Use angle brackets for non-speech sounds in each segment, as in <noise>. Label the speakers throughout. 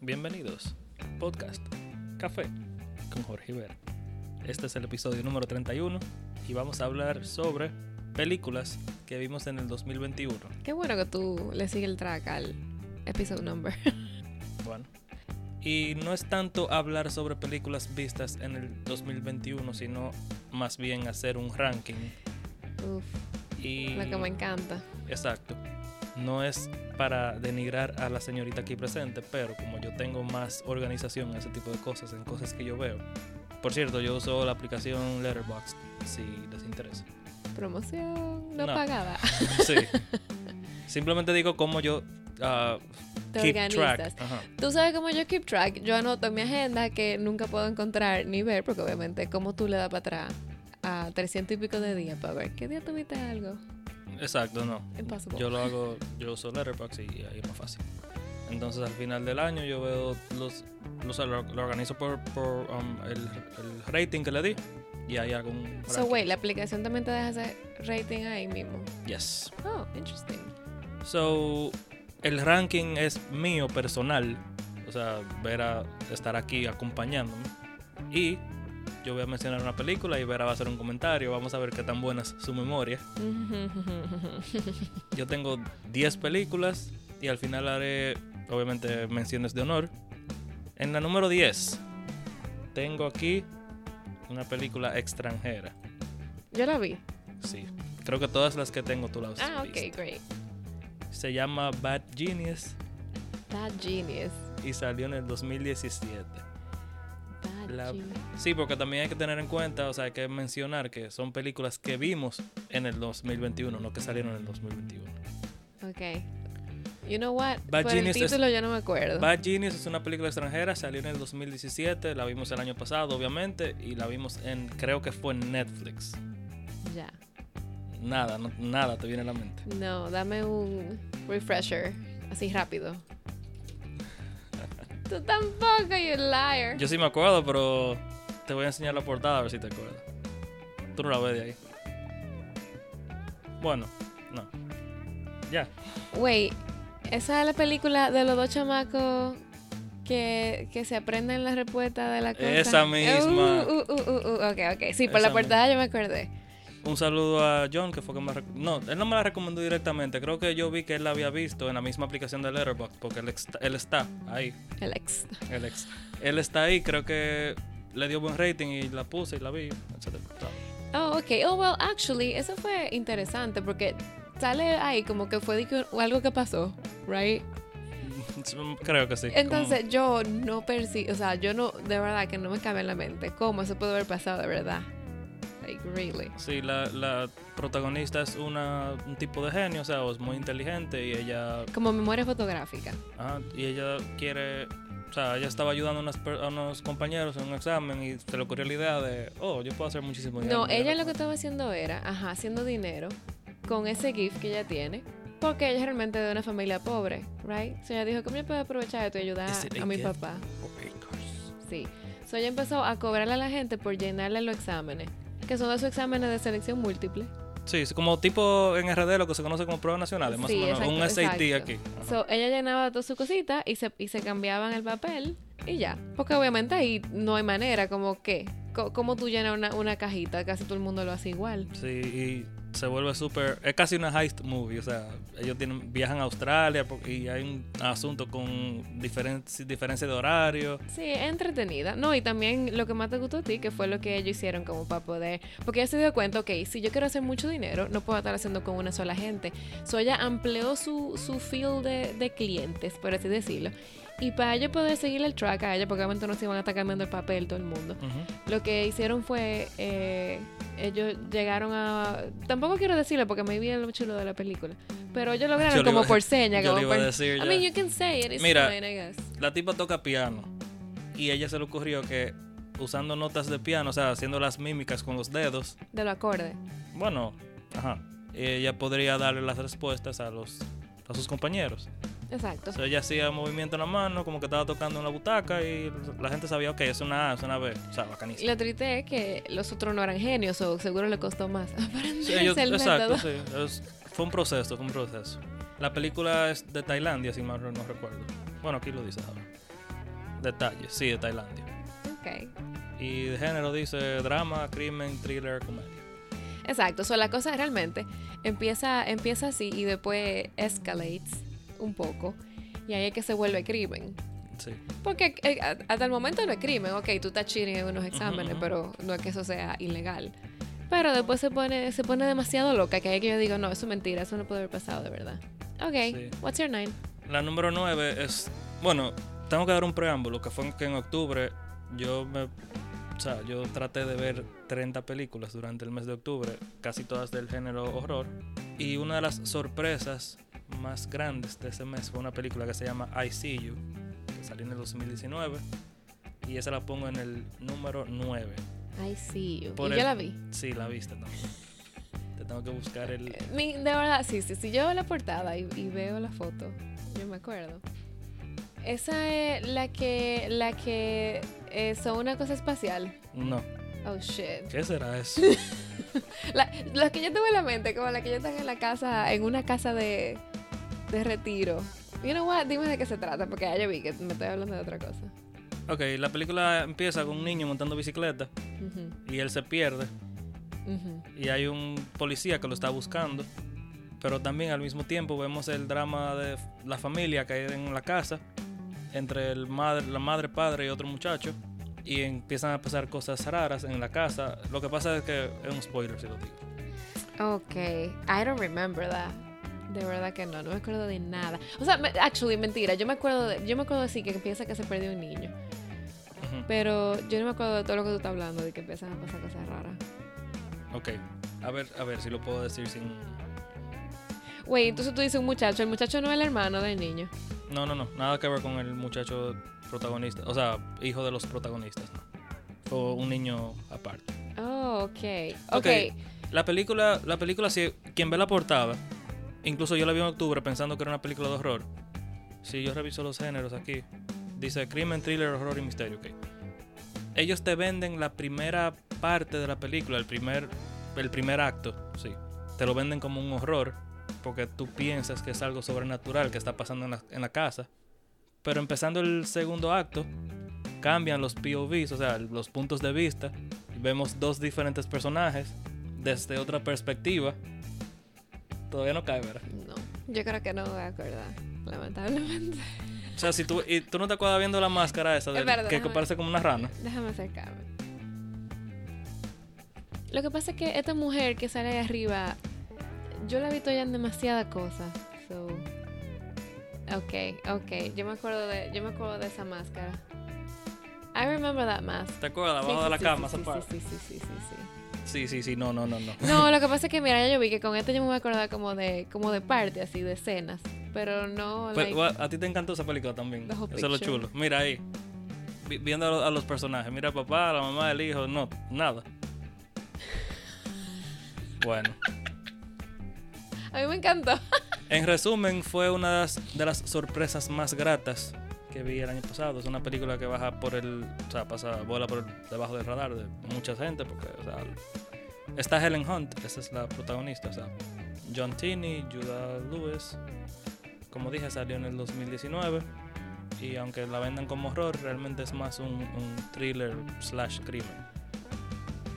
Speaker 1: Bienvenidos. Podcast Café con Jorge Vera. Este es el episodio número 31 y vamos a hablar sobre películas que vimos en el 2021.
Speaker 2: Qué bueno que tú le sigues el track al episode number.
Speaker 1: Bueno. Y no es tanto hablar sobre películas vistas en el 2021, sino más bien hacer un ranking.
Speaker 2: Uf,
Speaker 1: Y
Speaker 2: lo que me encanta.
Speaker 1: Exacto. No es para denigrar a la señorita aquí presente, pero como yo tengo más organización en ese tipo de cosas, en cosas que yo veo. Por cierto, yo uso la aplicación Letterboxd, si les
Speaker 2: <laughs>
Speaker 1: interesa.
Speaker 2: Promoción no,
Speaker 1: No.
Speaker 2: pagada. <laughs>
Speaker 1: Sí. Simplemente digo cómo yo ah,
Speaker 2: Te
Speaker 1: keep
Speaker 2: organizas.
Speaker 1: track. Ajá.
Speaker 2: Tú sabes cómo yo keep track. Yo anoto en mi agenda que nunca puedo encontrar ni ver, porque obviamente, como tú le das para atrás a 300 y pico de días para ver qué día tuviste algo.
Speaker 1: Exacto, no.
Speaker 2: Impossible.
Speaker 1: Yo lo hago, yo uso Letterboxd y ahí es más fácil. Entonces al final del año yo veo los, los lo, lo organizo por, por, um, el, el rating que le di y ahí hago un
Speaker 2: So,
Speaker 1: ranking.
Speaker 2: wait, la aplicación también te deja hacer rating ahí mismo.
Speaker 1: Yes.
Speaker 2: Oh, interesting.
Speaker 1: So, el ranking es mío personal. O sea, Vera estar aquí acompañándome. Y yo voy a mencionar una película y Vera va a hacer un comentario. Vamos a ver qué tan buena es su memoria. Yo tengo 10 películas y al final haré, obviamente, menciones de honor. En la número 10 tengo aquí una película extranjera.
Speaker 2: Yo la vi.
Speaker 1: Sí. Creo que todas las que tengo tú las has
Speaker 2: Ah,
Speaker 1: visto.
Speaker 2: ok, great.
Speaker 1: Se llama Bad Genius
Speaker 2: That genius.
Speaker 1: y salió en el 2017.
Speaker 2: That
Speaker 1: La-
Speaker 2: genius.
Speaker 1: Sí, porque también hay que tener en cuenta, o sea, hay que mencionar que son películas que vimos en el 2021, no que salieron en el 2021.
Speaker 2: Ok. You know what?
Speaker 1: Bad
Speaker 2: Por el
Speaker 1: Genius es-
Speaker 2: título yo no me acuerdo.
Speaker 1: Bad Genius es una película extranjera, salió en el 2017, la vimos el año pasado, obviamente, y la vimos en, creo que fue en Netflix.
Speaker 2: Ya.
Speaker 1: Nada, no- nada te viene a la mente.
Speaker 2: No, dame un refresher. Así
Speaker 1: <laughs>
Speaker 2: rápido. Tú tampoco, you liar.
Speaker 1: Yo sí me acuerdo, pero te voy a enseñar la portada a ver si te acuerdas. Tú no la ves de ahí. Bueno, no. Ya.
Speaker 2: Wait, esa es la película de los dos chamacos que, que se aprenden la respuesta de la cosa.
Speaker 1: Esa misma.
Speaker 2: Uh, uh, uh, uh, uh, Ok, ok. Sí, por
Speaker 1: Esa
Speaker 2: la portada yo me acordé.
Speaker 1: Un saludo a John, que fue que me... rec- No, él no me la recomendó directamente. Creo que yo vi que él la había visto en la misma aplicación de Letterboxd, porque él, ext- él está ahí.
Speaker 2: El ex.
Speaker 1: Él, ex- él está ahí, creo que le dio buen rating y la puse y la vi, etc.
Speaker 2: Oh, ok. Oh, well, actually, eso fue interesante porque sale ahí como que fue de que- o algo que pasó, right?
Speaker 1: <laughs> Creo que sí. como-
Speaker 2: Entonces yo no percibí, o sea, yo no, de verdad que no me cabe en la mente cómo eso pudo haber pasado, de verdad. Like, really.
Speaker 1: sí, la, la protagonista es una, un tipo de genio, o sea, es muy inteligente y ella
Speaker 2: Como memoria fotográfica.
Speaker 1: Ajá, y ella quiere, o sea, ella estaba ayudando a, unas per- a unos compañeros en un examen y se le ocurrió la idea de, oh, yo puedo hacer muchísimo dinero.
Speaker 2: No,
Speaker 1: con
Speaker 2: ella
Speaker 1: dinero
Speaker 2: lo que estaba haciendo era, ajá, haciendo dinero con ese gift que ella tiene. Porque ella es realmente de una familia pobre, right? So ella dijo, ¿cómo yo puedo aprovechar esto y ayudar
Speaker 1: Is it a
Speaker 2: a mi
Speaker 1: gift?
Speaker 2: papá?
Speaker 1: con-
Speaker 2: Sí. So ella empezó a cobrarle a la gente por llenarle los exámenes, que son esos exámenes de selección múltiple.
Speaker 1: Sí, es como tipo en RD, lo que se conoce como pruebas nacionales, más
Speaker 2: Sí,
Speaker 1: o menos, un
Speaker 2: exacto,
Speaker 1: SAT
Speaker 2: exacto.
Speaker 1: aquí. Ajá.
Speaker 2: So ella llenaba todas sus cositas y se, y se cambiaban el papel y ya. Porque obviamente ahí no hay manera, como que, co- como tú llenas una, una cajita, casi todo el mundo lo hace igual.
Speaker 1: Sí, y se vuelve súper, es casi una heist movie, o sea, ellos tienen, viajan a Australia por- y hay un asunto con diferen- diferencia de horario.
Speaker 2: Sí, es entretenida. No, y también lo que más te gustó a ti, que fue lo que ellos hicieron como para poder... Porque ella se dio cuenta, ok, si yo quiero hacer mucho dinero, no puedo estar haciendo con una sola gente. So ella amplió su, su field de, de clientes, por así decirlo. Y para ellos poder seguir el track a ella, porque obviamente no se iban a estar cambiando el papel todo el mundo.
Speaker 1: Ujú.
Speaker 2: Lo que hicieron fue... eh, ellos llegaron a... Tampoco quiero decirlo porque me vi lo chulo de la película. Pero ellos lograron
Speaker 1: Yo le
Speaker 2: como
Speaker 1: iba-
Speaker 2: por seña.
Speaker 1: yo
Speaker 2: como
Speaker 1: le iba a
Speaker 2: por-
Speaker 1: decir
Speaker 2: I
Speaker 1: ya.
Speaker 2: mean, you can say it. It's
Speaker 1: Mira,
Speaker 2: fine, I guess.
Speaker 1: La tipa toca piano y ella se le ocurrió que usando notas de piano, o sea, haciendo las mímicas con los dedos,
Speaker 2: De lo acorde.
Speaker 1: bueno, ajá, ella podría darle las respuestas a los a sus compañeros.
Speaker 2: Exacto.
Speaker 1: O sea, ella hacía movimiento en la mano, como que estaba tocando en la butaca y la gente sabía, ok, es una A, es una B, o sea, bacanísimo.
Speaker 2: Lo triste es que los otros no eran genios, o seguro le costó más <laughs>
Speaker 1: Sí,
Speaker 2: aprenderse
Speaker 1: ellos-
Speaker 2: el
Speaker 1: exacto,
Speaker 2: método.
Speaker 1: sí. Es- fue un proceso, fue un proceso. La película es de Tailandia, si mal no recuerdo. Bueno, aquí lo dice ahora. Detalles, sí, de Tailandia.
Speaker 2: Ok.
Speaker 1: Y de género dice drama, crimen, thriller, comedia.
Speaker 2: Exacto, so, la cosa realmente empieza, empieza así y después escalates un poco. Y ahí es que se vuelve crimen.
Speaker 1: Sí.
Speaker 2: Porque eh, a- hasta el momento no es crimen, ok, tú estás cheating en unos exámenes,
Speaker 1: ujú.
Speaker 2: pero no es que eso sea ilegal. Pero después se pone, se pone demasiado loca, que ahí es que yo digo, no, eso es mentira, eso no puede haber pasado de verdad. Ok,
Speaker 1: Sí.
Speaker 2: what's your name?
Speaker 1: La número 9 es. Bueno, tengo que dar un preámbulo, que fue que en octubre yo me. O sea, yo traté de ver 30 películas durante el mes de octubre, casi todas del género horror. Y una de las sorpresas más grandes de ese mes fue una película que se llama I See You, que salió en el 2019. Y esa la pongo en el número 9.
Speaker 2: I see you.
Speaker 1: Por
Speaker 2: y
Speaker 1: el-
Speaker 2: yo la vi.
Speaker 1: Sí, la viste también. Te tengo que buscar el.
Speaker 2: Mi- de verdad, sí, sí, sí, yo veo la portada y, y veo la foto, yo me acuerdo. Esa es la que, la que eh, son una cosa espacial.
Speaker 1: No,
Speaker 2: Oh, shit.
Speaker 1: ¿qué será eso?
Speaker 2: La, las que yo tuve en la mente, como la que yo estaba en la casa, en una casa de, de retiro. You know what? Dime de qué se trata, porque ya yo vi que me estoy hablando de otra cosa.
Speaker 1: Ok, la película empieza con un niño montando bicicleta
Speaker 2: Ujú,
Speaker 1: y él se pierde.
Speaker 2: ujú.
Speaker 1: y hay un policía que lo está buscando. Pero también al mismo tiempo vemos el drama de f- la familia que hay en la casa entre el madre, la madre, padre y otro muchacho. Y empiezan a pasar cosas raras en la casa. Lo que pasa es que es un spoiler si lo digo.
Speaker 2: Ok, I don't remember that. De verdad que no, no me acuerdo de nada. O sea, me- actually, mentira, yo me acuerdo de, yo me acuerdo de sí que empieza que se perdió un niño.
Speaker 1: Ujú.
Speaker 2: Pero yo no me acuerdo de todo lo que tú estás hablando, de que empiezan a pasar cosas raras.
Speaker 1: Ok, a ver, a ver si lo puedo decir sin...
Speaker 2: Güey, entonces tú dices un muchacho, el muchacho no es el hermano del niño.
Speaker 1: No, no, no, nada que ver con el muchacho protagonista. O sea, hijo de los protagonistas. ¿no? O un niño aparte.
Speaker 2: Oh, ok. Ok.
Speaker 1: Ok. La película, la película, si quien ve la portada, incluso yo la vi en octubre pensando que era una película de horror. Si yo reviso los géneros aquí, dice crimen, thriller, horror y misterio. ok. Ellos te venden la primera parte de la película, el primer, el primer acto, sí. Te lo venden como un horror porque tú piensas que es algo sobrenatural que está pasando en la, en la casa. Pero empezando el segundo acto, cambian los POVs, o sea, los puntos de vista. Vemos dos diferentes personajes desde otra perspectiva. Todavía no cae, ¿verdad?
Speaker 2: No, yo creo que no me voy a acordar, lamentablemente. <laughs>
Speaker 1: O sea, si tú, y tú no te acuerdas viendo la máscara esa del-
Speaker 2: Es verdad,
Speaker 1: que
Speaker 2: déjame-
Speaker 1: parece como una rana.
Speaker 2: Déjame acercarme. Lo que pasa es que esta mujer que sale de arriba, yo la he visto ya en demasiadas cosas. So. Ok, ok. Yo me acuerdo de, yo me acuerdo de esa máscara. I remember that mask.
Speaker 1: ¿Te acuerdas?
Speaker 2: Sí,
Speaker 1: Abajo
Speaker 2: sí,
Speaker 1: de la
Speaker 2: sí,
Speaker 1: cama, esa
Speaker 2: sí, sí,
Speaker 1: parte.
Speaker 2: sí, sí, sí, sí, sí.
Speaker 1: Sí, sí, sí, no, no, no, no.
Speaker 2: No, lo que pasa es que mira, ya yo vi que con esta yo me voy a acordar como de, como de parte, así, de escenas. Pero no,
Speaker 1: Pero,
Speaker 2: like,
Speaker 1: gua- a ti te encantó esa película también.
Speaker 2: The
Speaker 1: Eso
Speaker 2: whole
Speaker 1: es lo
Speaker 2: picture.
Speaker 1: chulo. Mira ahí. vi- Viendo a lo- a los, personajes. Mira a papá, a la mamá, el hijo. No,
Speaker 2: <laughs>
Speaker 1: nada. Bueno.
Speaker 2: a mí me
Speaker 1: <laughs>
Speaker 2: encantó.
Speaker 1: En resumen, fue una de las, de las sorpresas más gratas que vi el año pasado. Es una película que baja por el. O sea, pasa, vuela por debajo del radar de mucha gente. Porque, o sea, está Helen Hunt, esa es la protagonista. O sea, John Tini, Judah Lewis. Como dije, salió en el 2019. Y aunque la vendan como horror, realmente es más un, un thriller slash crimen.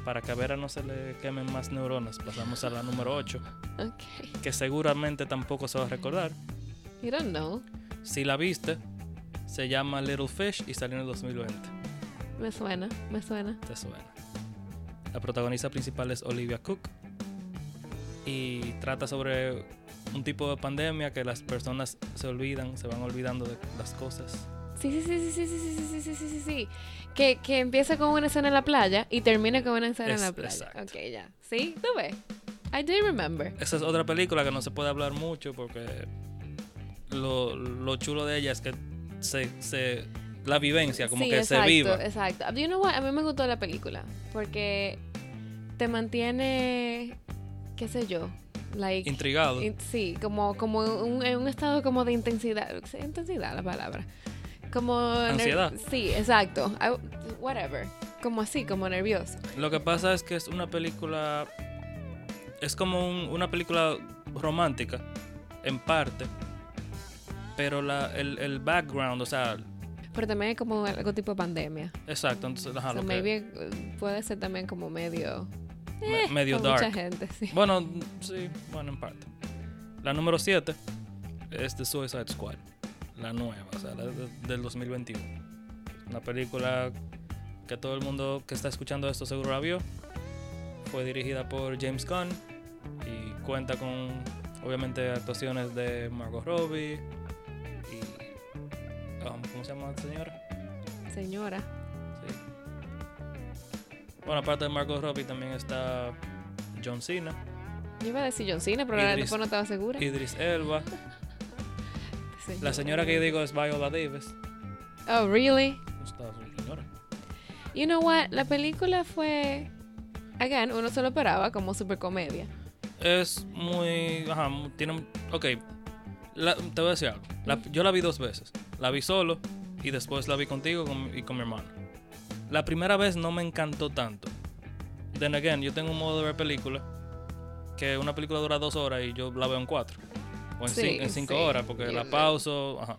Speaker 1: Para que a Vera no se le quemen más neuronas, pasamos a la número 8
Speaker 2: Ok.
Speaker 1: que seguramente tampoco se va a recordar.
Speaker 2: You don't know.
Speaker 1: Si la viste, se llama Little Fish y salió en el 2020.
Speaker 2: Me suena, me suena.
Speaker 1: Te suena. La protagonista principal es Olivia Cook y trata sobre un tipo de pandemia que las personas se olvidan, se van olvidando de las cosas.
Speaker 2: Sí, sí, sí, sí, sí, sí, sí, sí, sí, sí, sí, sí. Que, que empieza con una escena en la playa y termina con una escena
Speaker 1: Es-
Speaker 2: en la playa.
Speaker 1: exacto.
Speaker 2: Ok, ya. ¿Sí? ¿Tú ves? I do remember.
Speaker 1: Esa es otra película que no se puede hablar mucho porque lo, lo chulo de ella es que se, se- la vivencia, como
Speaker 2: sí,
Speaker 1: que
Speaker 2: exacto,
Speaker 1: se viva.
Speaker 2: Exacto. You know what? A mí me gustó la película porque te mantiene, qué sé yo, like...
Speaker 1: Intrigado.
Speaker 2: in- sí, como, como un- en un estado como de intensidad. ¿sí? Intensidad la palabra. Como... ner-
Speaker 1: Ansiedad.
Speaker 2: Sí, exacto. I- whatever. Como así, como nervioso.
Speaker 1: Lo que pasa es que es una película. Es como un- una película romántica, en parte. Pero la, el, el background, o sea,
Speaker 2: Pero también es como algo tipo pandemia.
Speaker 1: Exacto, entonces, ajá,
Speaker 2: O sea,
Speaker 1: lo que-
Speaker 2: maybe, eh, puede ser también como medio.
Speaker 1: me- medio
Speaker 2: <laughs> con
Speaker 1: dark.
Speaker 2: Mucha gente, sí.
Speaker 1: Bueno, sí, bueno, en parte. La número 7 es The Suicide Squad, la nueva, o sea, la de- del 2021. Una película que todo el mundo que está escuchando esto seguro la vio. Fue dirigida por James Gunn y cuenta con, obviamente, actuaciones de Margot Robbie y. um, ¿Cómo se llama la señora?
Speaker 2: Señora.
Speaker 1: Sí. Bueno, aparte de Margot Robbie también está John Cena.
Speaker 2: Yo iba a decir John Cena, pero ahora
Speaker 1: Idris-
Speaker 2: después no estaba segura.
Speaker 1: Idris Elba. La señora que yo digo es Viola Davis.
Speaker 2: Oh, really?
Speaker 1: Esta es una señora.
Speaker 2: You know what? La película fue. Again, uno se lo esperaba como super comedia.
Speaker 1: Es muy. Ajá, mu- tiene. un- Ok. La- te voy a decir algo. La- yo la vi dos veces. La vi solo y después la vi contigo con mi- y con mi hermano. La primera vez no me encantó tanto. Then again, yo tengo un modo de ver películas que una película dura dos horas y yo la veo en cuatro. O en,
Speaker 2: Sí,
Speaker 1: cin- en cinco
Speaker 2: sí.
Speaker 1: horas porque la
Speaker 2: Yo-
Speaker 1: pauso. Ajá.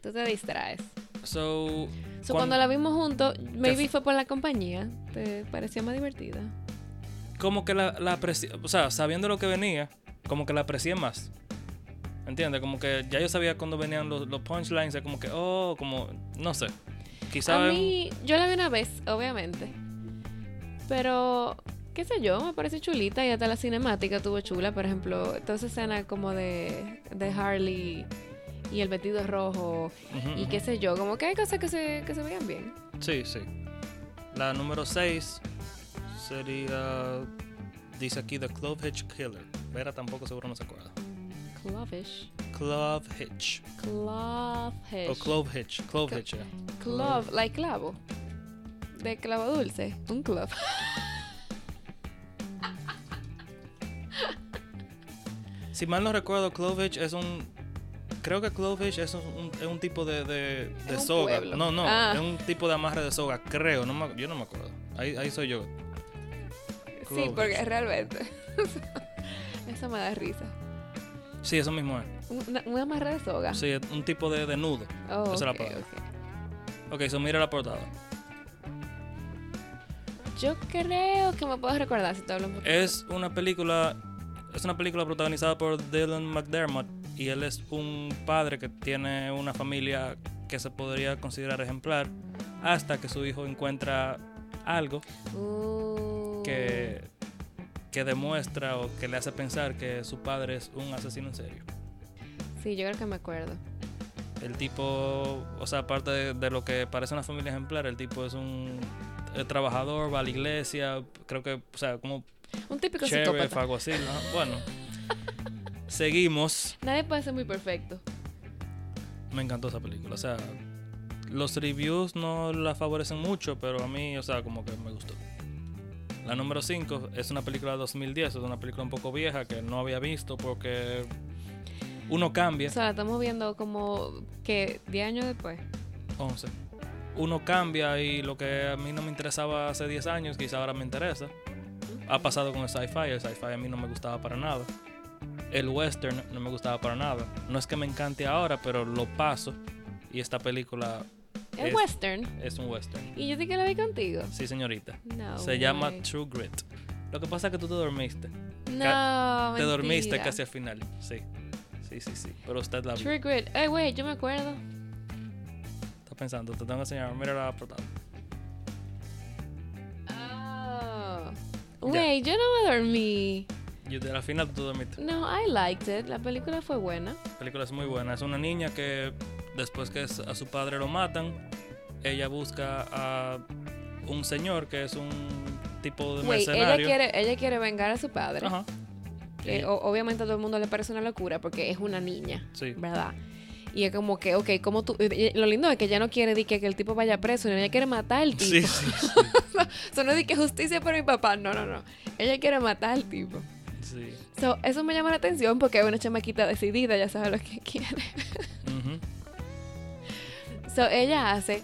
Speaker 2: Tú te distraes.
Speaker 1: So,
Speaker 2: So,
Speaker 1: Cuando-
Speaker 2: cuando la vimos juntos, maybe
Speaker 1: f-
Speaker 2: fue por la compañía. Te parecía más divertida.
Speaker 1: como que la, la aprecié, o sea, sabiendo lo que venía, como que la aprecié más. ¿Entiendes? Como que ya yo sabía cuando venían los, los punchlines, es como que, oh, como, no sé. Quizá
Speaker 2: A
Speaker 1: es-
Speaker 2: mí, yo la vi una vez, obviamente. Pero, qué sé yo, me parece chulita y hasta la cinemática tuvo chula. Por ejemplo, toda esa escena como de, de Harley y el vestido rojo
Speaker 1: Ujú,
Speaker 2: y
Speaker 1: ujú.
Speaker 2: qué sé yo. Como que hay cosas que se, que se veían bien.
Speaker 1: Sí, sí. La número 6 sería, dice aquí, The Club Hitch Killer. Vera tampoco seguro no se acuerda.
Speaker 2: Clovish.
Speaker 1: Club Hitch.
Speaker 2: Clovish.
Speaker 1: O Club Hitch. Club
Speaker 2: Cl-
Speaker 1: Hitch, yeah.
Speaker 2: Clove, like clavo. De clavo <laughs> dulce. Un clove.
Speaker 1: Si mal no recuerdo, Clovage es un. Creo que Clovage es un, un- es un tipo de, de, de
Speaker 2: un
Speaker 1: soga.
Speaker 2: pueblo.
Speaker 1: No, no,
Speaker 2: Ah.
Speaker 1: es un tipo de amarre de soga, creo. No me- yo no me acuerdo. Ahí, ahí soy yo.
Speaker 2: Sí,
Speaker 1: Clove.
Speaker 2: porque realmente. <laughs> Eso me da risa.
Speaker 1: Sí, eso mismo es.
Speaker 2: Un- Una, una amarra de soga.
Speaker 1: Sí, es un tipo de, de nudo.
Speaker 2: Oh,
Speaker 1: esa es la
Speaker 2: ok,
Speaker 1: palabra.
Speaker 2: ok.
Speaker 1: Ok, eso mira la portada.
Speaker 2: Yo creo que me puedo recordar si te hablo un poquito.
Speaker 1: Es una película. Es una película protagonizada por Dylan McDermott. Y él es un padre que tiene una familia que se podría considerar ejemplar. Hasta que su hijo encuentra algo
Speaker 2: Uh,
Speaker 1: que, que demuestra o que le hace pensar que su padre es un asesino en serio.
Speaker 2: Sí, yo creo que me acuerdo.
Speaker 1: El tipo, o sea, aparte de, de lo que parece una familia ejemplar, el tipo es un eh, trabajador, va a la iglesia, creo que, o sea, como
Speaker 2: Un típico
Speaker 1: sheriff,
Speaker 2: psicópata.
Speaker 1: algo así. ¿no? Bueno, seguimos.
Speaker 2: Nadie puede ser muy perfecto.
Speaker 1: Me encantó esa película, o sea, los reviews no la favorecen mucho, pero a mí, o sea, como que me gustó. La número 5 es una película de 2010, es una película un poco vieja que no había visto porque uno cambia,
Speaker 2: O sea, la estamos viendo como que 10 años después.
Speaker 1: 11. Uno cambia y lo que a mí no me interesaba hace 10 años, quizá ahora me interesa. Ha pasado con el sci-fi, el sci-fi a mí no me gustaba para nada. El western no me gustaba para nada. No es que me encante ahora, pero lo paso y esta película
Speaker 2: Es,
Speaker 1: Es-
Speaker 2: western.
Speaker 1: es un western.
Speaker 2: Y yo sí que la vi contigo.
Speaker 1: Sí, señorita.
Speaker 2: No.
Speaker 1: Se llama
Speaker 2: way.
Speaker 1: True Grit. Lo que pasa es que tú te dormiste.
Speaker 2: No,
Speaker 1: Te dormiste
Speaker 2: mentira.
Speaker 1: casi al final. Sí. Sí, sí, sí. Pero usted la vio.
Speaker 2: True Grit. Ay, Eh, güey, yo me acuerdo.
Speaker 1: Está pensando, te tengo que enseñar. Mira la portada.
Speaker 2: Ah. Güey, yo no me dormí.
Speaker 1: Y al final tú te dormiste.
Speaker 2: No, I liked it. La película fue buena.
Speaker 1: La película es muy buena. Es una niña que después que es- a su padre lo matan, ella busca a un señor que es un tipo de
Speaker 2: Güey, ella
Speaker 1: mercenario.
Speaker 2: quiere, ella quiere vengar a su padre.
Speaker 1: Ajá.
Speaker 2: Que
Speaker 1: Y-
Speaker 2: o- obviamente a todo el mundo le parece una locura porque es una niña,
Speaker 1: sí.
Speaker 2: ¿verdad? Y es como que, ok, como tú... y- y Lo lindo es que ella no quiere di que, que el tipo vaya preso, ni ella quiere matar al tipo.
Speaker 1: Sí, sí, sí.
Speaker 2: O sea, no di que justicia para mi papá, no, no, no. Ella quiere matar al tipo.
Speaker 1: sí.
Speaker 2: So, eso me llama la atención porque es una chamaquita decidida, ya sabe lo que <laughs> quiere.
Speaker 1: Ujú.
Speaker 2: So, ella hace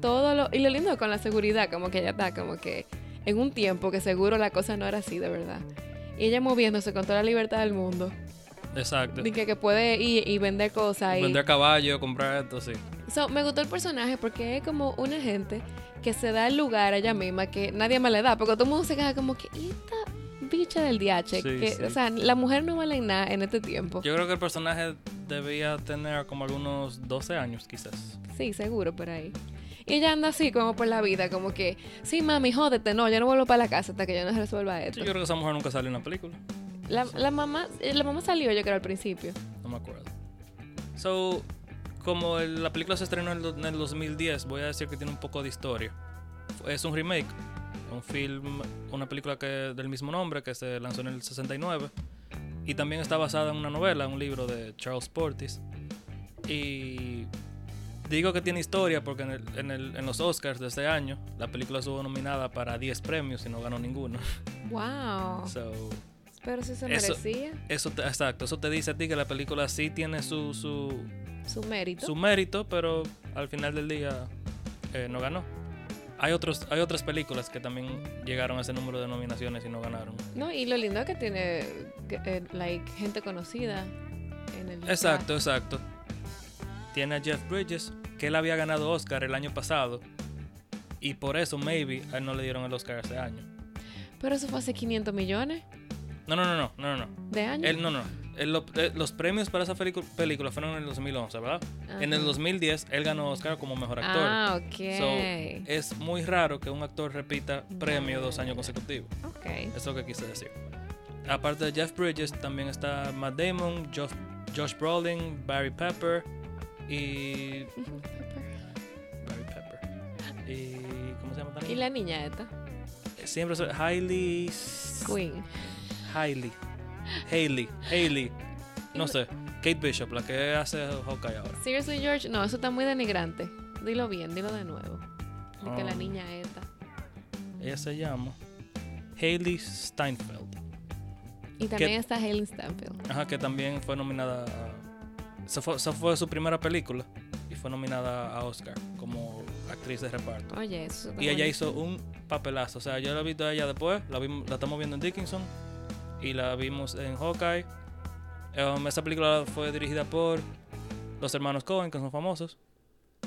Speaker 2: todo lo... Y lo lindo con la seguridad, como que ella está como que en un tiempo que seguro la cosa no era así, de verdad. Y ella moviéndose con toda la libertad del mundo.
Speaker 1: Exacto.
Speaker 2: de que, que puede ir y vender cosas. Y...
Speaker 1: Vender caballo, comprar esto, sí.
Speaker 2: So, me gustó el personaje porque es como una gente que se da el lugar a ella misma que nadie más le da. Porque todo el mundo se queda como que, "¿Y esta bicha del DH?
Speaker 1: Sí,
Speaker 2: que,
Speaker 1: sí.
Speaker 2: O sea, la mujer no vale nada en este tiempo.
Speaker 1: Yo creo que el personaje debía tener como algunos 12 años, quizás.
Speaker 2: Sí, seguro, por ahí. Y ella anda así como por la vida, como que, sí, mami, jódete, no, yo no vuelvo para la casa hasta que yo no resuelva
Speaker 1: Sí,
Speaker 2: esto.
Speaker 1: Yo creo que esa mujer nunca salió en la película.
Speaker 2: La, la mamá, eh, la mamá salió, yo creo, al principio.
Speaker 1: No me acuerdo. So, como el- la película se estrenó en el, do- en el 2010, voy a decir que tiene un poco de historia. Fu- Es un remake, un film, una película que, del mismo nombre que se lanzó en el 69. Y también está basada en una novela, un libro de Charles Portis. Y digo que tiene historia porque en, el- en el- en los Oscars de este año, la película estuvo nominada para 10 premios y no ganó ninguno. <laughs>
Speaker 2: Wow.
Speaker 1: So,
Speaker 2: Pero si se
Speaker 1: Eso-
Speaker 2: merecía
Speaker 1: eso te- exacto, eso te dice a ti que la película sí tiene su- su,
Speaker 2: su mérito.
Speaker 1: su mérito, pero al final del día eh, no ganó. Hay, otros, hay otras películas que también llegaron a ese número de nominaciones y no ganaron.
Speaker 2: No, y lo lindo es que tiene que, eh, like, gente conocida en el
Speaker 1: Exacto, exacto. Tiene a Jeff Bridges, que él había ganado Oscar el año pasado. Y por eso, maybe, a él no le dieron el Oscar ese año.
Speaker 2: Pero eso fue hace 500 millones
Speaker 1: No, no, no, no, no, no.
Speaker 2: de años.
Speaker 1: Él, no, no. Él lo- eh, los premios para esa felicu- película fueron en el 2011, ¿verdad?
Speaker 2: Ajá.
Speaker 1: En el 2010, él ganó Oscar como mejor actor.
Speaker 2: Ah,
Speaker 1: So,
Speaker 2: ok.
Speaker 1: es muy raro que un actor repita premio dos años consecutivos.
Speaker 2: ok.
Speaker 1: Es lo que quise decir. Aparte de Jeff Bridges, también está Matt Damon, Josh, Josh Brolin, Barry Pepper y. Barry Pepper. Y. ¿Cómo se llama
Speaker 2: Y
Speaker 1: también?
Speaker 2: la niña esta,
Speaker 1: Siempre se. Hailey.
Speaker 2: Queen.
Speaker 1: Hailey. Hailey. Hailey. No sé. Kate Bishop, la que hace Hawkeye ahora.
Speaker 2: Seriously, George, no, eso está muy denigrante. Dilo bien, dilo de nuevo. De que la
Speaker 1: Um,
Speaker 2: niña esta.
Speaker 1: Ella se llama Hailey Steinfeld.
Speaker 2: Y también está Helen Stanfield.
Speaker 1: Ajá, que también fue nominada. a- Esa fue, esa fue su primera película y fue nominada a Oscar como actriz de reparto.
Speaker 2: Oye, eso está
Speaker 1: Y ella
Speaker 2: bonito.
Speaker 1: hizo un papelazo. O sea, yo la he visto a ella después, la, vimos- la estamos viendo en Dickinson y la vimos en Hawkeye. Em, esa película fue dirigida por los hermanos Cohen, que son famosos.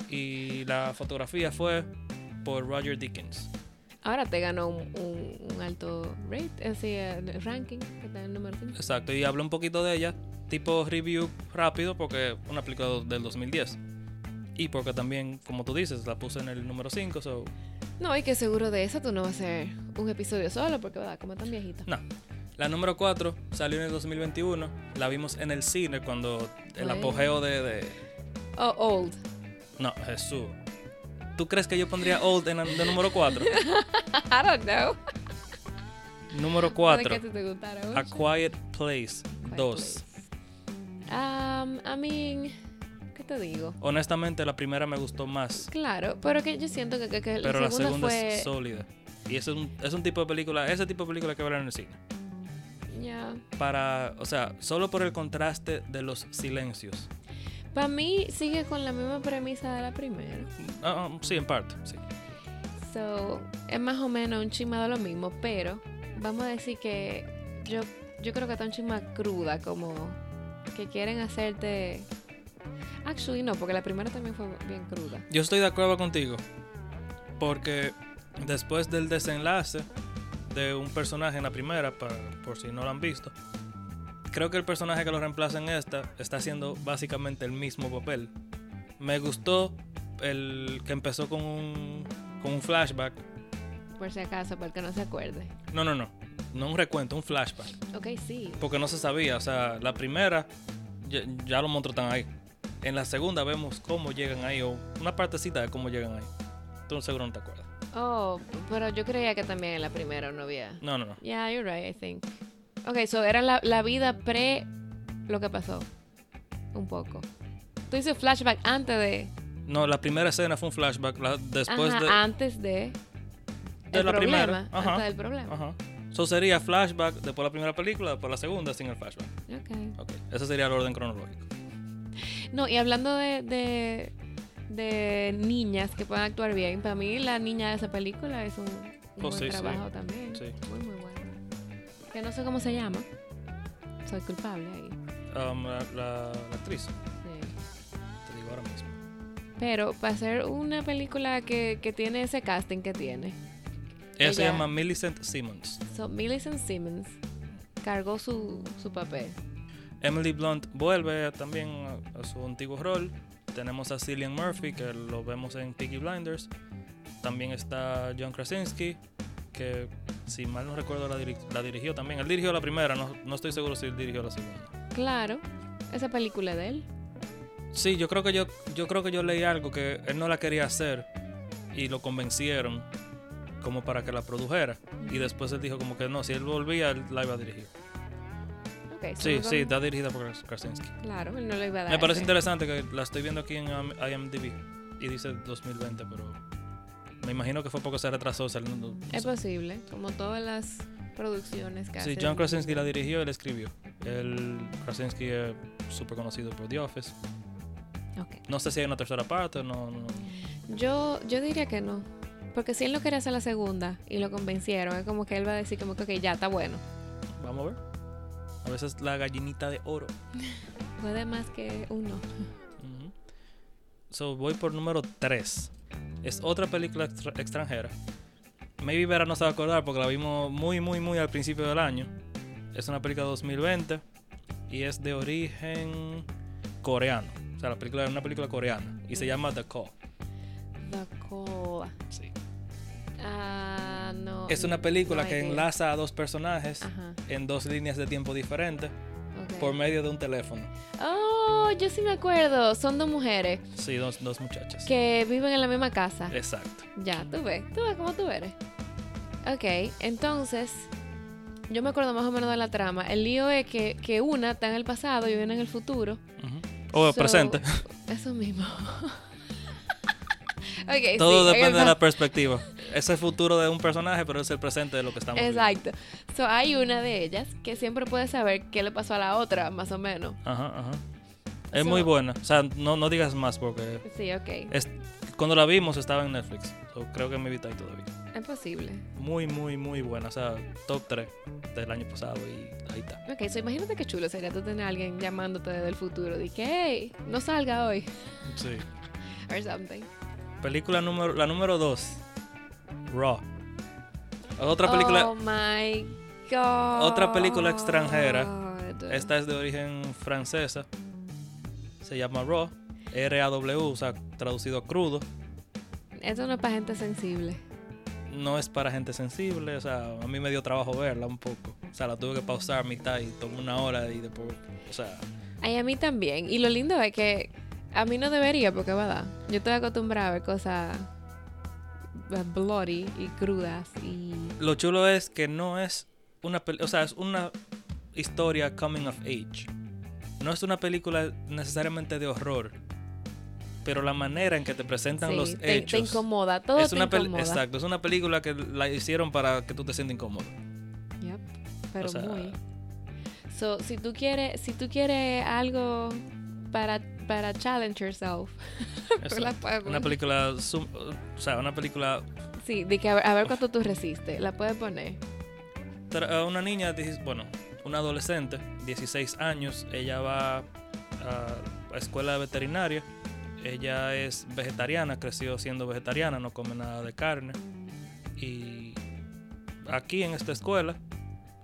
Speaker 1: Y la fotografía fue por Roger Dickens.
Speaker 2: Ahora te ganó un, un- un alto rate, así, eh, ranking, que está en el número 5.
Speaker 1: Exacto, y hablo un poquito de ella, tipo review rápido, porque una película do- del 2010. Y porque también, como tú dices, la puse en el número 5, so.
Speaker 2: No, y que seguro de esa tú no vas a hacer un episodio solo, porque, ¿verdad? Como tan viejita.
Speaker 1: No. La número 4 salió en el 2021, la vimos en el cine cuando el
Speaker 2: Bueno.
Speaker 1: apogeo de, de-
Speaker 2: Oh, old. <laughs>
Speaker 1: No, Jesús. ¿Tú crees que yo pondría Old en el de número <laughs> 4?
Speaker 2: I don't know.
Speaker 1: número
Speaker 2: Puede
Speaker 1: 4,
Speaker 2: que a ti te gustara
Speaker 1: A
Speaker 2: mucho.
Speaker 1: Quiet Place 2.
Speaker 2: Um, I mean, ¿qué te digo? Pues
Speaker 1: Honestamente, la primera me gustó más,
Speaker 2: Claro, pero que yo siento que, que- que la,
Speaker 1: pero
Speaker 2: segunda
Speaker 1: la segunda
Speaker 2: fue...
Speaker 1: es sólida. Y eso es un, es un tipo de película, ese tipo de película que ver en el cine.
Speaker 2: Ya.
Speaker 1: para, o sea, solo por el contraste de los silencios.
Speaker 2: Para mí sigue con la misma premisa de la primera.
Speaker 1: Ah, ah, sí, en parte, sí.
Speaker 2: So, es más o menos un chisme de lo mismo, pero vamos a decir que yo, yo creo que está un chisme cruda, como que quieren hacerte... Actually, no, porque la primera también fue bien cruda.
Speaker 1: Yo estoy de acuerdo contigo, porque después del desenlace de un personaje en la primera, pa- por si no lo han visto, creo que el personaje que lo reemplaza en esta está haciendo básicamente el mismo papel. Me gustó el que empezó con un, con un flashback.
Speaker 2: Por si acaso, para el que no se acuerde.
Speaker 1: No, no, no. No un recuento, un flashback.
Speaker 2: Ok, sí.
Speaker 1: porque no se sabía. O sea, la primera, ya, ya los monstruos están ahí. En la segunda vemos cómo llegan ahí, o una partecita de cómo llegan ahí. Tú seguro no te acuerdas.
Speaker 2: Oh, pero yo creía que también en la primera no había...
Speaker 1: No, no, no.
Speaker 2: Yeah, you're right, I think. Ok, so era la, la vida pre lo que pasó. Un poco. Tú dices flashback antes de.
Speaker 1: No, la primera escena fue un flashback. la- después
Speaker 2: ajá, ah.
Speaker 1: de.
Speaker 2: antes de.
Speaker 1: De
Speaker 2: el
Speaker 1: la
Speaker 2: problema,
Speaker 1: primera, ajá.
Speaker 2: Antes del problema.
Speaker 1: Ajá. Eso sería flashback, después la primera película, después la segunda, sin el flashback.
Speaker 2: Ok.
Speaker 1: Ok. Ese sería el orden cronológico.
Speaker 2: No, y hablando de, de, de niñas que puedan actuar bien, para mí la niña de esa película es un, un
Speaker 1: Oh,
Speaker 2: buen
Speaker 1: sí, sí.
Speaker 2: trabajo también.
Speaker 1: Sí.
Speaker 2: Muy, muy bueno. Que no sé cómo se llama. Soy culpable ahí.
Speaker 1: um, la, la- la actriz.
Speaker 2: Sí.
Speaker 1: Te digo ahora mismo.
Speaker 2: Pero para hacer una película que, que tiene ese casting que tiene,
Speaker 1: Ella se
Speaker 2: Ella-
Speaker 1: llama Millicent Simmons.
Speaker 2: so, Millicent Simmons cargó su, su papel.
Speaker 1: Emily Blunt vuelve también a, a su antiguo rol. Tenemos a Cillian Murphy, que lo vemos en Peaky Blinders. También está John Krasinski, que si mal no recuerdo la, diri- la dirigió también. Él dirigió la primera, no, no estoy seguro si él dirigió la segunda.
Speaker 2: Claro, esa película de él.
Speaker 1: Sí, yo creo que yo, yo creo que yo leí algo que él no la quería hacer y lo convencieron como para que la produjera. Y después él dijo como que no, si él volvía, él la iba a dirigir.
Speaker 2: Ok, so
Speaker 1: Sí,
Speaker 2: no-
Speaker 1: sí, está dirigida por Krasinski.
Speaker 2: Claro, él no lo iba a dar.
Speaker 1: Me parece
Speaker 2: ese.
Speaker 1: interesante que la estoy viendo aquí en IM- IMDb y dice 2020, pero me imagino que fue porque se retrasó saliendo.
Speaker 2: Es posible, como todas las producciones que
Speaker 1: Sí,
Speaker 2: hacen.
Speaker 1: John Krasinski la dirigió, él escribió. El Krasinski es súper conocido por The Office.
Speaker 2: Ok.
Speaker 1: No sé si hay una tercera parte, no, no.
Speaker 2: Yo, yo diría que no. Porque si él no quería hacer la segunda y lo convencieron, es como que él va a decir como que "Ok, ya está bueno.
Speaker 1: Vamos a ver. A veces la gallinita de oro.
Speaker 2: Puede más que uno.
Speaker 1: Ujú. So, voy por número 3. Es otra película extra- extranjera. Maybe Vera no se va a acordar porque la vimos muy, muy, muy al principio del año. Es una película de 2020 y es de origen coreano. O sea, la película es una película coreana y se llama The Call.
Speaker 2: La cola. Ah, no.
Speaker 1: Es una
Speaker 2: no
Speaker 1: película
Speaker 2: hay
Speaker 1: que
Speaker 2: idea.
Speaker 1: enlaza a dos personajes
Speaker 2: Ajá.
Speaker 1: en dos líneas de tiempo diferentes
Speaker 2: ok.
Speaker 1: por medio de un teléfono.
Speaker 2: Oh, yo sí me acuerdo. Son dos mujeres
Speaker 1: Sí, dos, dos muchachas.
Speaker 2: que viven en la misma casa.
Speaker 1: Exacto.
Speaker 2: Ya, tú ves. Tú ves cómo tú eres. Ok, entonces. Yo me acuerdo más o menos de la trama. El lío es que, que una está en el pasado y una en el futuro.
Speaker 1: Ujú. O
Speaker 2: So,
Speaker 1: presente.
Speaker 2: Eso mismo. <laughs> Ok,
Speaker 1: Todo
Speaker 2: Eh, sí, en
Speaker 1: depende de
Speaker 2: el
Speaker 1: la perspectiva. Es el futuro de un personaje, pero es el presente de lo que estamos viviendo.
Speaker 2: Exacto. So, hay una de ellas que siempre puede saber qué le pasó a la otra, más o menos.
Speaker 1: Ajá, ajá. Es
Speaker 2: So-
Speaker 1: muy buena. O sea, no, no digas más porque
Speaker 2: Sí, ok.
Speaker 1: es, cuando la vimos estaba en Netflix. So, creo que me evita ahí todavía.
Speaker 2: Es posible.
Speaker 1: Muy, muy, muy buena. O sea, top 3 del año pasado y ahí está.
Speaker 2: Ok, so imagínate qué chulo sería tú tener a alguien llamándote desde el futuro. De que, hey, no salga hoy.
Speaker 1: Sí.
Speaker 2: Or something.
Speaker 1: Película número, la número 2. Raw. Otra película.
Speaker 2: Oh my God.
Speaker 1: Otra película extranjera. Esta es de origen francesa. Se llama Raw. R-A-W, o sea, traducido crudo.
Speaker 2: Esto no es para gente sensible.
Speaker 1: no es para gente sensible, o sea, a mí me dio trabajo verla un poco. O sea, la tuve que pausar a mitad y tomó una hora y después, o sea,
Speaker 2: Ay, a mí también. Y lo lindo es que a mí no debería, porque va a dar. Yo estoy acostumbrada a ver cosas eh, bloody y crudas y...
Speaker 1: lo chulo es que no es una, pel- o sea, es una historia coming of age. No es una película necesariamente de horror, pero la manera en que te presentan
Speaker 2: Sí,
Speaker 1: los
Speaker 2: te, te
Speaker 1: hechos
Speaker 2: incomoda, todo
Speaker 1: es
Speaker 2: te
Speaker 1: una pel-
Speaker 2: incomoda.
Speaker 1: exacto, es una película que la hicieron para que tú te sientas
Speaker 2: <laughs>
Speaker 1: incómodo.
Speaker 2: Yep, pero
Speaker 1: sea-
Speaker 2: muy. So, si tú quieres, si tú quieres algo para, para challenge yourself, <laughs> por la
Speaker 1: Exacto.
Speaker 2: puedes
Speaker 1: Una
Speaker 2: poner.
Speaker 1: película, sum- o sea, una película
Speaker 2: Sí, de que a ver, a ver cuánto tú resistes, la puedes poner.
Speaker 1: tra- a una niña, dieci- bueno, una adolescente, 16 años, ella va a a escuela de veterinaria, ella es vegetariana, creció siendo vegetariana, no come nada de carne. Y aquí en esta escuela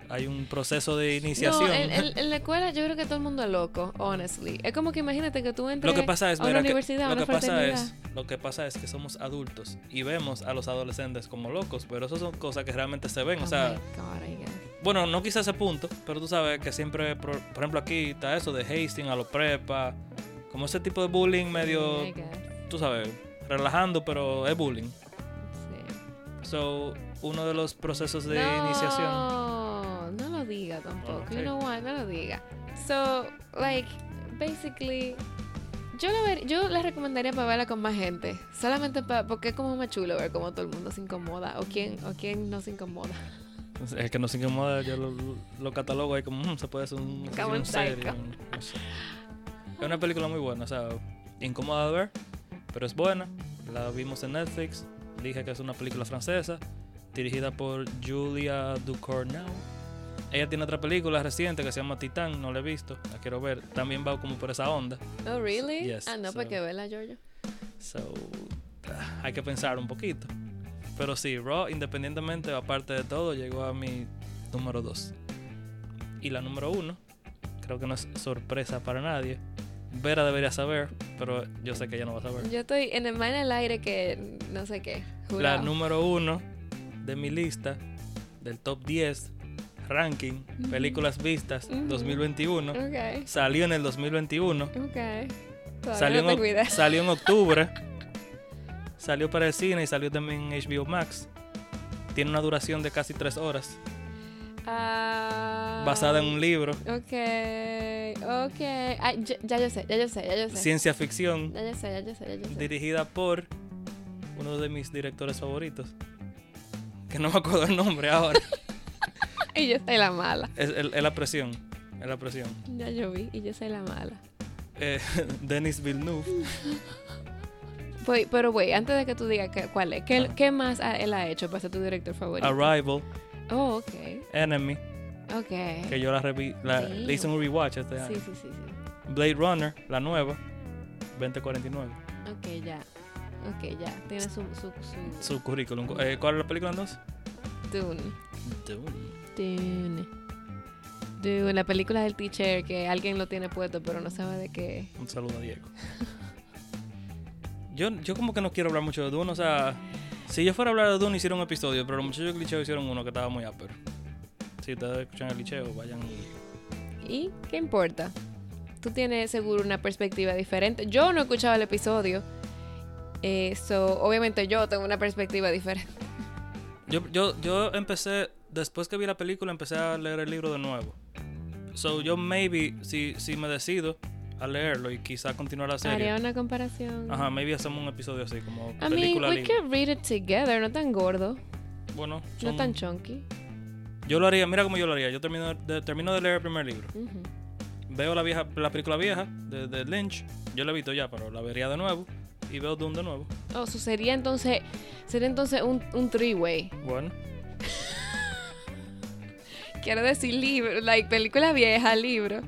Speaker 1: hay un proceso de iniciación.
Speaker 2: No, en, en- en la escuela yo creo que todo el mundo es loco, honestly. Es como que imagínate que tú entres
Speaker 1: lo que pasa es,
Speaker 2: a una
Speaker 1: mira, que-
Speaker 2: universidad, a
Speaker 1: lo
Speaker 2: una
Speaker 1: que pasa
Speaker 2: fraternidad.
Speaker 1: es, lo que pasa es que somos adultos y vemos a los adolescentes como locos, pero eso son cosas que realmente se ven, o
Speaker 2: Oh
Speaker 1: sea,
Speaker 2: my God, I guess.
Speaker 1: Bueno, no quizás ese punto, pero tú sabes que siempre, por, por ejemplo, aquí está eso de Hastings a los prepa, como ese tipo de bullying medio,
Speaker 2: I guess,
Speaker 1: tú sabes, relajando, pero es bullying.
Speaker 2: sí.
Speaker 1: So, uno de los procesos de
Speaker 2: no,
Speaker 1: iniciación.
Speaker 2: No lo diga tampoco.
Speaker 1: Ok.
Speaker 2: You know what? No lo diga. So, like, basically, yo la, ver- yo la recomendaría para verla con más gente. Solamente para, porque es como más chulo ver cómo todo el mundo se incomoda o quién, o quién no se incomoda. <laughs>
Speaker 1: <laughs> El que no se incomoda, yo lo, lo catalogo ahí como, "Mm, se puede hacer un,
Speaker 2: Como
Speaker 1: un
Speaker 2: un
Speaker 1: serio,
Speaker 2: psycho.
Speaker 1: un- no sé. Es una película muy buena, o sea, incómoda de ver, pero es buena. La vimos en Netflix, dije que es una película francesa, dirigida por Julia Ducournau. Ella tiene otra película reciente que se llama Titán, no la he visto, la quiero ver. También va como por esa onda.
Speaker 2: Oh, really?
Speaker 1: Yes,
Speaker 2: ah, no,
Speaker 1: so-
Speaker 2: para que vela, Giorgio.
Speaker 1: So, ah, hay que pensar un poquito. Pero sí, Raw, independientemente, aparte de todo, llegó a mi número 2. Y la número 1, creo que no es sorpresa para nadie. Vera debería saber, pero yo sé que ella no va a saber.
Speaker 2: Yo estoy en el, en el aire que no sé qué.
Speaker 1: La
Speaker 2: jurado.
Speaker 1: número 1 de mi lista, del top 10, ranking, películas vistas,
Speaker 2: Ujú.
Speaker 1: 2021.
Speaker 2: Ok,
Speaker 1: Salió en el 2021.
Speaker 2: ok. Todavía
Speaker 1: Salió
Speaker 2: no
Speaker 1: en,
Speaker 2: te
Speaker 1: oc-
Speaker 2: cuidas.
Speaker 1: salió en
Speaker 2: <laughs>
Speaker 1: octubre. salió para el cine y salió también en HBO Max. Tiene una duración de casi tres horas,
Speaker 2: Ah,
Speaker 1: basada en un libro,
Speaker 2: Ok, Ah, ok. Ah, ya, ya yo sé, ya yo sé, ya yo sé.
Speaker 1: ciencia ficción,
Speaker 2: Ya yo sé, ya yo sé, ya yo sé.
Speaker 1: dirigida por uno de mis directores favoritos, que no me acuerdo el nombre
Speaker 2: <laughs>
Speaker 1: ahora.
Speaker 2: <laughs> Y yo soy la mala.
Speaker 1: es, es- es la presión, es la presión.
Speaker 2: Ya yo vi, y yo soy la mala.
Speaker 1: Eh, <laughs> Denis Villeneuve.
Speaker 2: Voy- pero güey, antes de que tú digas que- cuál es, ¿qué,
Speaker 1: Ajá.
Speaker 2: qué más ha- él ha hecho para ser tu director favorito?
Speaker 1: Arrival,
Speaker 2: Oh, ok.
Speaker 1: Enemy,
Speaker 2: Ok.
Speaker 1: que yo la, revi- la-
Speaker 2: Damn.
Speaker 1: le hice un rewatch este
Speaker 2: Sí,
Speaker 1: año.
Speaker 2: sí, sí, sí.
Speaker 1: Blade Runner, la nueva, 2049.
Speaker 2: Ok, ya. Ok, ya. Tiene su, su, su,
Speaker 1: Su currículum. Eh, ¿Cuál es la película entonces?
Speaker 2: Dune. Dune. Dune, la película del teacher que alguien lo tiene puesto pero no sabe de qué.
Speaker 1: Un saludo a Diego. Yo, yo como que no quiero hablar mucho de Dune, o sea, si yo fuera a hablar de Dune hiciera un episodio, pero los muchachos de Clicheo hicieron uno que estaba muy upper. Si ustedes escuchan el Clicheo, vayan y...
Speaker 2: ¿Y qué importa? Tú tienes seguro una perspectiva diferente. Yo no he escuchado el episodio. eh, so, obviamente yo tengo una perspectiva diferente.
Speaker 1: Yo, yo, yo empecé, después que vi la película, empecé a leer el libro de nuevo. So yo maybe, si, si me decido a leerlo y quizá continuar la
Speaker 2: Haría
Speaker 1: serie,
Speaker 2: una comparación.
Speaker 1: ajá, maybe hacemos un episodio así, como
Speaker 2: I mean,
Speaker 1: Ah, película
Speaker 2: we
Speaker 1: libro.
Speaker 2: can read it together, no tan gordo,
Speaker 1: Bueno,
Speaker 2: no
Speaker 1: son-
Speaker 2: tan chunky.
Speaker 1: yo lo haría, mira cómo yo lo haría, yo termino de, termino de leer el primer libro.
Speaker 2: Ujú.
Speaker 1: veo la vieja la película vieja de, de Lynch yo la he visto ya pero la vería de nuevo y veo Dune de nuevo
Speaker 2: Oh, so sería entonces, sería entonces un, un three-way.
Speaker 1: bueno
Speaker 2: Quiero decir libro, like película vieja, libro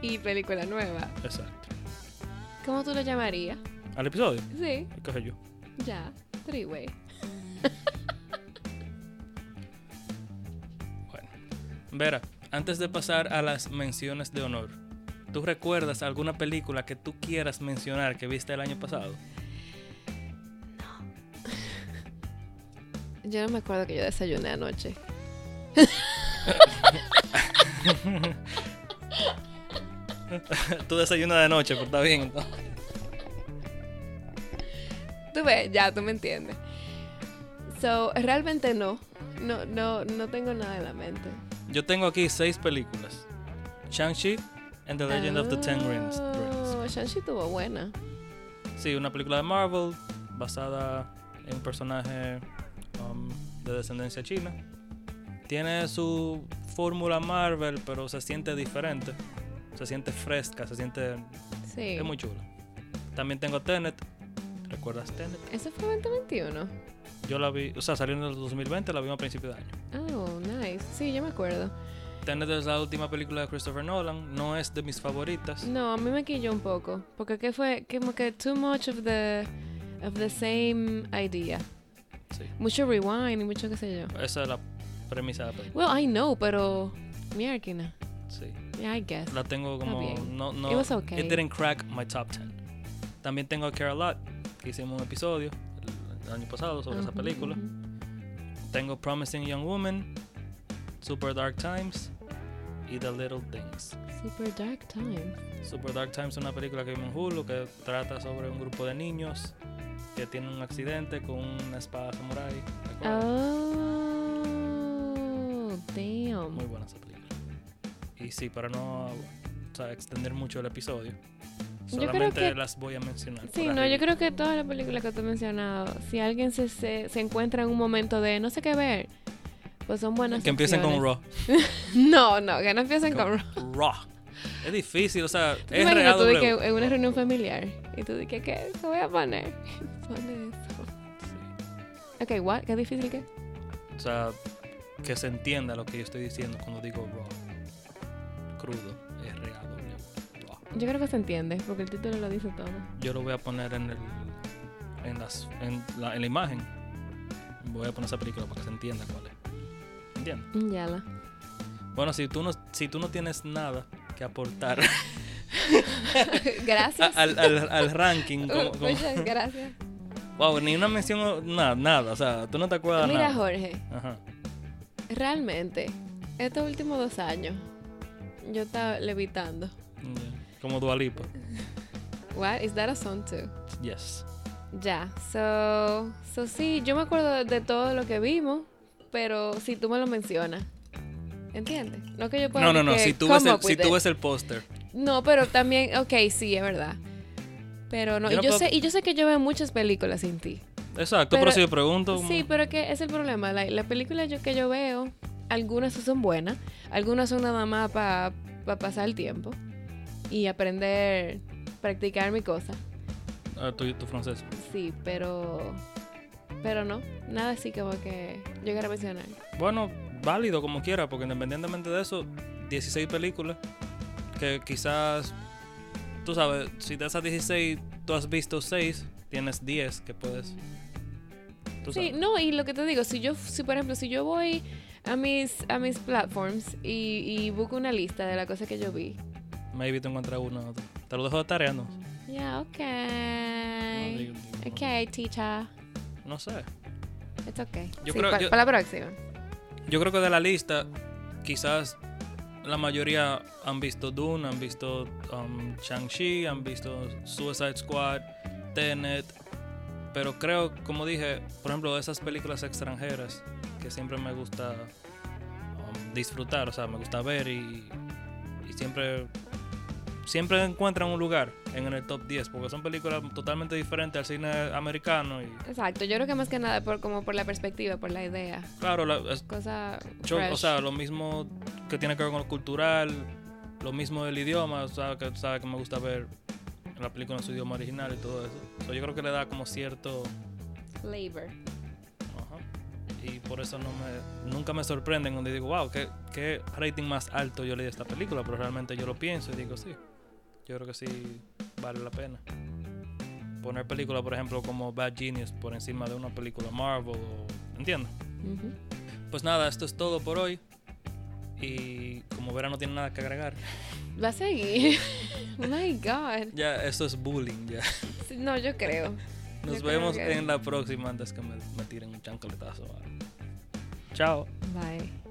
Speaker 2: y película nueva.
Speaker 1: exacto
Speaker 2: ¿Cómo tú lo llamarías?
Speaker 1: al episodio
Speaker 2: Sí,
Speaker 1: ¿qué sé yo
Speaker 2: ya, three-way.
Speaker 1: bueno Vera antes de pasar a las menciones de honor ¿tú recuerdas alguna película que tú quieras mencionar que viste el año pasado? <laughs>
Speaker 2: Yo no me acuerdo que yo desayuné anoche.
Speaker 1: tú desayunas de noche pero está bien entonces.
Speaker 2: Tú ves, ya, tú me entiendes. So, realmente no. No, no, no tengo nada en la mente.
Speaker 1: yo tengo aquí seis películas Shang-Chi and the Legend of the Ten Rings Rings.
Speaker 2: Oh, Shang-Chi tuvo buena.
Speaker 1: Sí, una película de Marvel basada en un personaje um, de descendencia china. Tiene su fórmula Marvel, pero se siente diferente. Se siente fresca, se siente...
Speaker 2: Sí.
Speaker 1: Es muy chula. También tengo Tenet. ¿Recuerdas Tenet?
Speaker 2: Eso fue 2021.
Speaker 1: Yo la vi, o sea, salió en el 2020, la vimos a principios de año.
Speaker 2: Oh, nice. Sí, yo me acuerdo.
Speaker 1: Tenet es la última película de Christopher Nolan, no es de mis favoritas.
Speaker 2: No, a mí me quilló un poco. Porque que fue como que too much of the, of the same idea. Mm.
Speaker 1: Sí,
Speaker 2: Mucho rewind y mucho qué sé yo.
Speaker 1: esa es la premisa de la película.
Speaker 2: Well, I know, pero... Mierda,
Speaker 1: Sí.
Speaker 2: yeah, I guess.
Speaker 1: La tengo
Speaker 2: Está
Speaker 1: como.
Speaker 2: bien.
Speaker 1: No, no,
Speaker 2: It was okay.
Speaker 1: It didn't crack my top 10. También tengo Care a Lot, que hicimos un episodio el- el año pasado sobre esa
Speaker 2: Ujú,
Speaker 1: película.
Speaker 2: ujú.
Speaker 1: Tengo Promising Young Woman, Super Dark Times y The Little Things.
Speaker 2: Super dark time.
Speaker 1: Super Dark Times es una película que vimos en Hulu que trata sobre un grupo de niños que tienen un accidente con una espada samurai. ¿te acuerdas?
Speaker 2: Oh, damn.
Speaker 1: Muy buena esa película. Y sí, para no o sea, extender mucho el episodio,
Speaker 2: Yo creo
Speaker 1: solamente
Speaker 2: que-
Speaker 1: las voy a mencionar.
Speaker 2: Sí,
Speaker 1: por
Speaker 2: no,
Speaker 1: arriba.
Speaker 2: yo creo que todas las películas que tú has mencionado, si alguien se, se, se encuentra en un momento de no sé qué ver, pues son buenas.
Speaker 1: Que empiecen con
Speaker 2: opciones.
Speaker 1: Raw.
Speaker 2: No, no, que no empiecen con,
Speaker 1: Con-
Speaker 2: Raw.
Speaker 1: Raw. Es difícil, o sea,
Speaker 2: ¿Tú te
Speaker 1: es
Speaker 2: imaginas
Speaker 1: real.
Speaker 2: tú de que en una reunión familiar y tú dices, ¿qué? ¿Qué voy a poner? <laughs> Pone eso. Ok, what? ¿Qué difícil que?
Speaker 1: O sea, que se entienda lo que yo estoy diciendo cuando digo raw. Crudo. R-A-W. raw.
Speaker 2: Yo creo que se entiende, porque el título lo dice todo.
Speaker 1: Yo lo voy a poner en, el, en, las, en, la, en la imagen. Voy a poner esa película para que se entienda cuál es. ¿Entiendes?
Speaker 2: Yala.
Speaker 1: Bueno, si tú no, si tú no tienes nada que aportar
Speaker 2: <laughs>
Speaker 1: a-
Speaker 2: <laughs>
Speaker 1: <laughs>
Speaker 2: gracias.
Speaker 1: al, al- al
Speaker 2: <laughs>
Speaker 1: ranking, como- como-
Speaker 2: Muchas gracias.
Speaker 1: wow, ni una mención, o- nada, nada. O sea, tú no te acuerdas
Speaker 2: Mira,
Speaker 1: nada.
Speaker 2: Jorge,
Speaker 1: Ajá.
Speaker 2: realmente, estos últimos dos años, yo estaba levitando.
Speaker 1: Ya. Como Dualipa.
Speaker 2: What? Is that a song too?
Speaker 1: Yes.
Speaker 2: Ya, so, so sí, yo me acuerdo de todo lo que vimos, pero si tú me lo mencionas, ¿entiendes? No que yo pueda
Speaker 1: No, no, no.
Speaker 2: que
Speaker 1: Si tú
Speaker 2: come
Speaker 1: ves el,
Speaker 2: up
Speaker 1: si
Speaker 2: with
Speaker 1: tú
Speaker 2: it.
Speaker 1: ves el póster.
Speaker 2: No, pero también, ok, sí, es verdad. Pero no,
Speaker 1: Yo
Speaker 2: y,
Speaker 1: no
Speaker 2: yo
Speaker 1: puedo-
Speaker 2: sé, y yo sé que yo veo muchas películas sin ti.
Speaker 1: Exacto, pero,
Speaker 2: Pero-
Speaker 1: si yo pregunto. como-
Speaker 2: Sí, pero que es el problema. La, las películas yo, que yo veo, algunas son buenas, algunas son nada más para pasar el tiempo y aprender, practicar mi cosa.
Speaker 1: Ah, tú, tú francés.
Speaker 2: Sí, pero. Pero no, nada así como que yo quiero mencionar.
Speaker 1: Bueno, válido como quiera, porque independientemente de eso, 16 películas que quizás, tú sabes, si de esas 16 tú has visto 6, tienes 10 que puedes. Tú
Speaker 2: Sí,
Speaker 1: sabes.
Speaker 2: no, y lo que te digo, si yo, si por ejemplo, si yo voy a mis, a mis platforms y, y busco una lista de las cosas que yo vi,
Speaker 1: Maybe te encuentras una o otra. Te lo dejo de tarea, ¿no?
Speaker 2: ya,
Speaker 1: No, digo, digo,
Speaker 2: okay ok. teacher.
Speaker 1: No sé.
Speaker 2: It's okay.
Speaker 1: Yo
Speaker 2: Sí,
Speaker 1: creo-
Speaker 2: pa-
Speaker 1: yo-
Speaker 2: Para la próxima.
Speaker 1: Yo creo que de la lista, quizás la mayoría han visto Dune, han visto um, Shang-Chi, han visto Suicide Squad, Tenet. Pero creo, como dije, por ejemplo, esas películas extranjeras que siempre me gusta um, disfrutar, o sea, me gusta ver y, y siempre, siempre encuentran un lugar en el top 10, porque son películas totalmente diferentes al cine americano. Y
Speaker 2: Exacto, yo creo que más que nada por como por la perspectiva, por la idea.
Speaker 1: claro, la- es-
Speaker 2: Cosa.
Speaker 1: Yo, o
Speaker 2: fresh.
Speaker 1: sea, lo mismo que tiene que ver con lo cultural, lo mismo del idioma, o sea, que, sabe que me gusta ver la película en su idioma original y todo eso. So, yo creo que le da como cierto...
Speaker 2: Flavor.
Speaker 1: ajá. Y por eso no me, nunca me sorprenden cuando digo, wow, ¿qué, qué rating más alto yo le di a esta película, pero realmente yo lo pienso y digo, sí, yo creo que sí vale la pena. Poner películas, por ejemplo, como Bad Genius por encima de una película Marvel, o, ¿entiendes?
Speaker 2: Ujú.
Speaker 1: Pues nada, esto es todo por hoy. Y como verán, no tiene nada que agregar.
Speaker 2: Va a <laughs> seguir. Oh My God.
Speaker 1: Ya, esto es bullying, ya.
Speaker 2: Sí, No, yo creo.
Speaker 1: Nos
Speaker 2: Yo creo
Speaker 1: vemos
Speaker 2: que-
Speaker 1: en la próxima antes que me, me tiren un chancoletazo. Chao.
Speaker 2: Bye.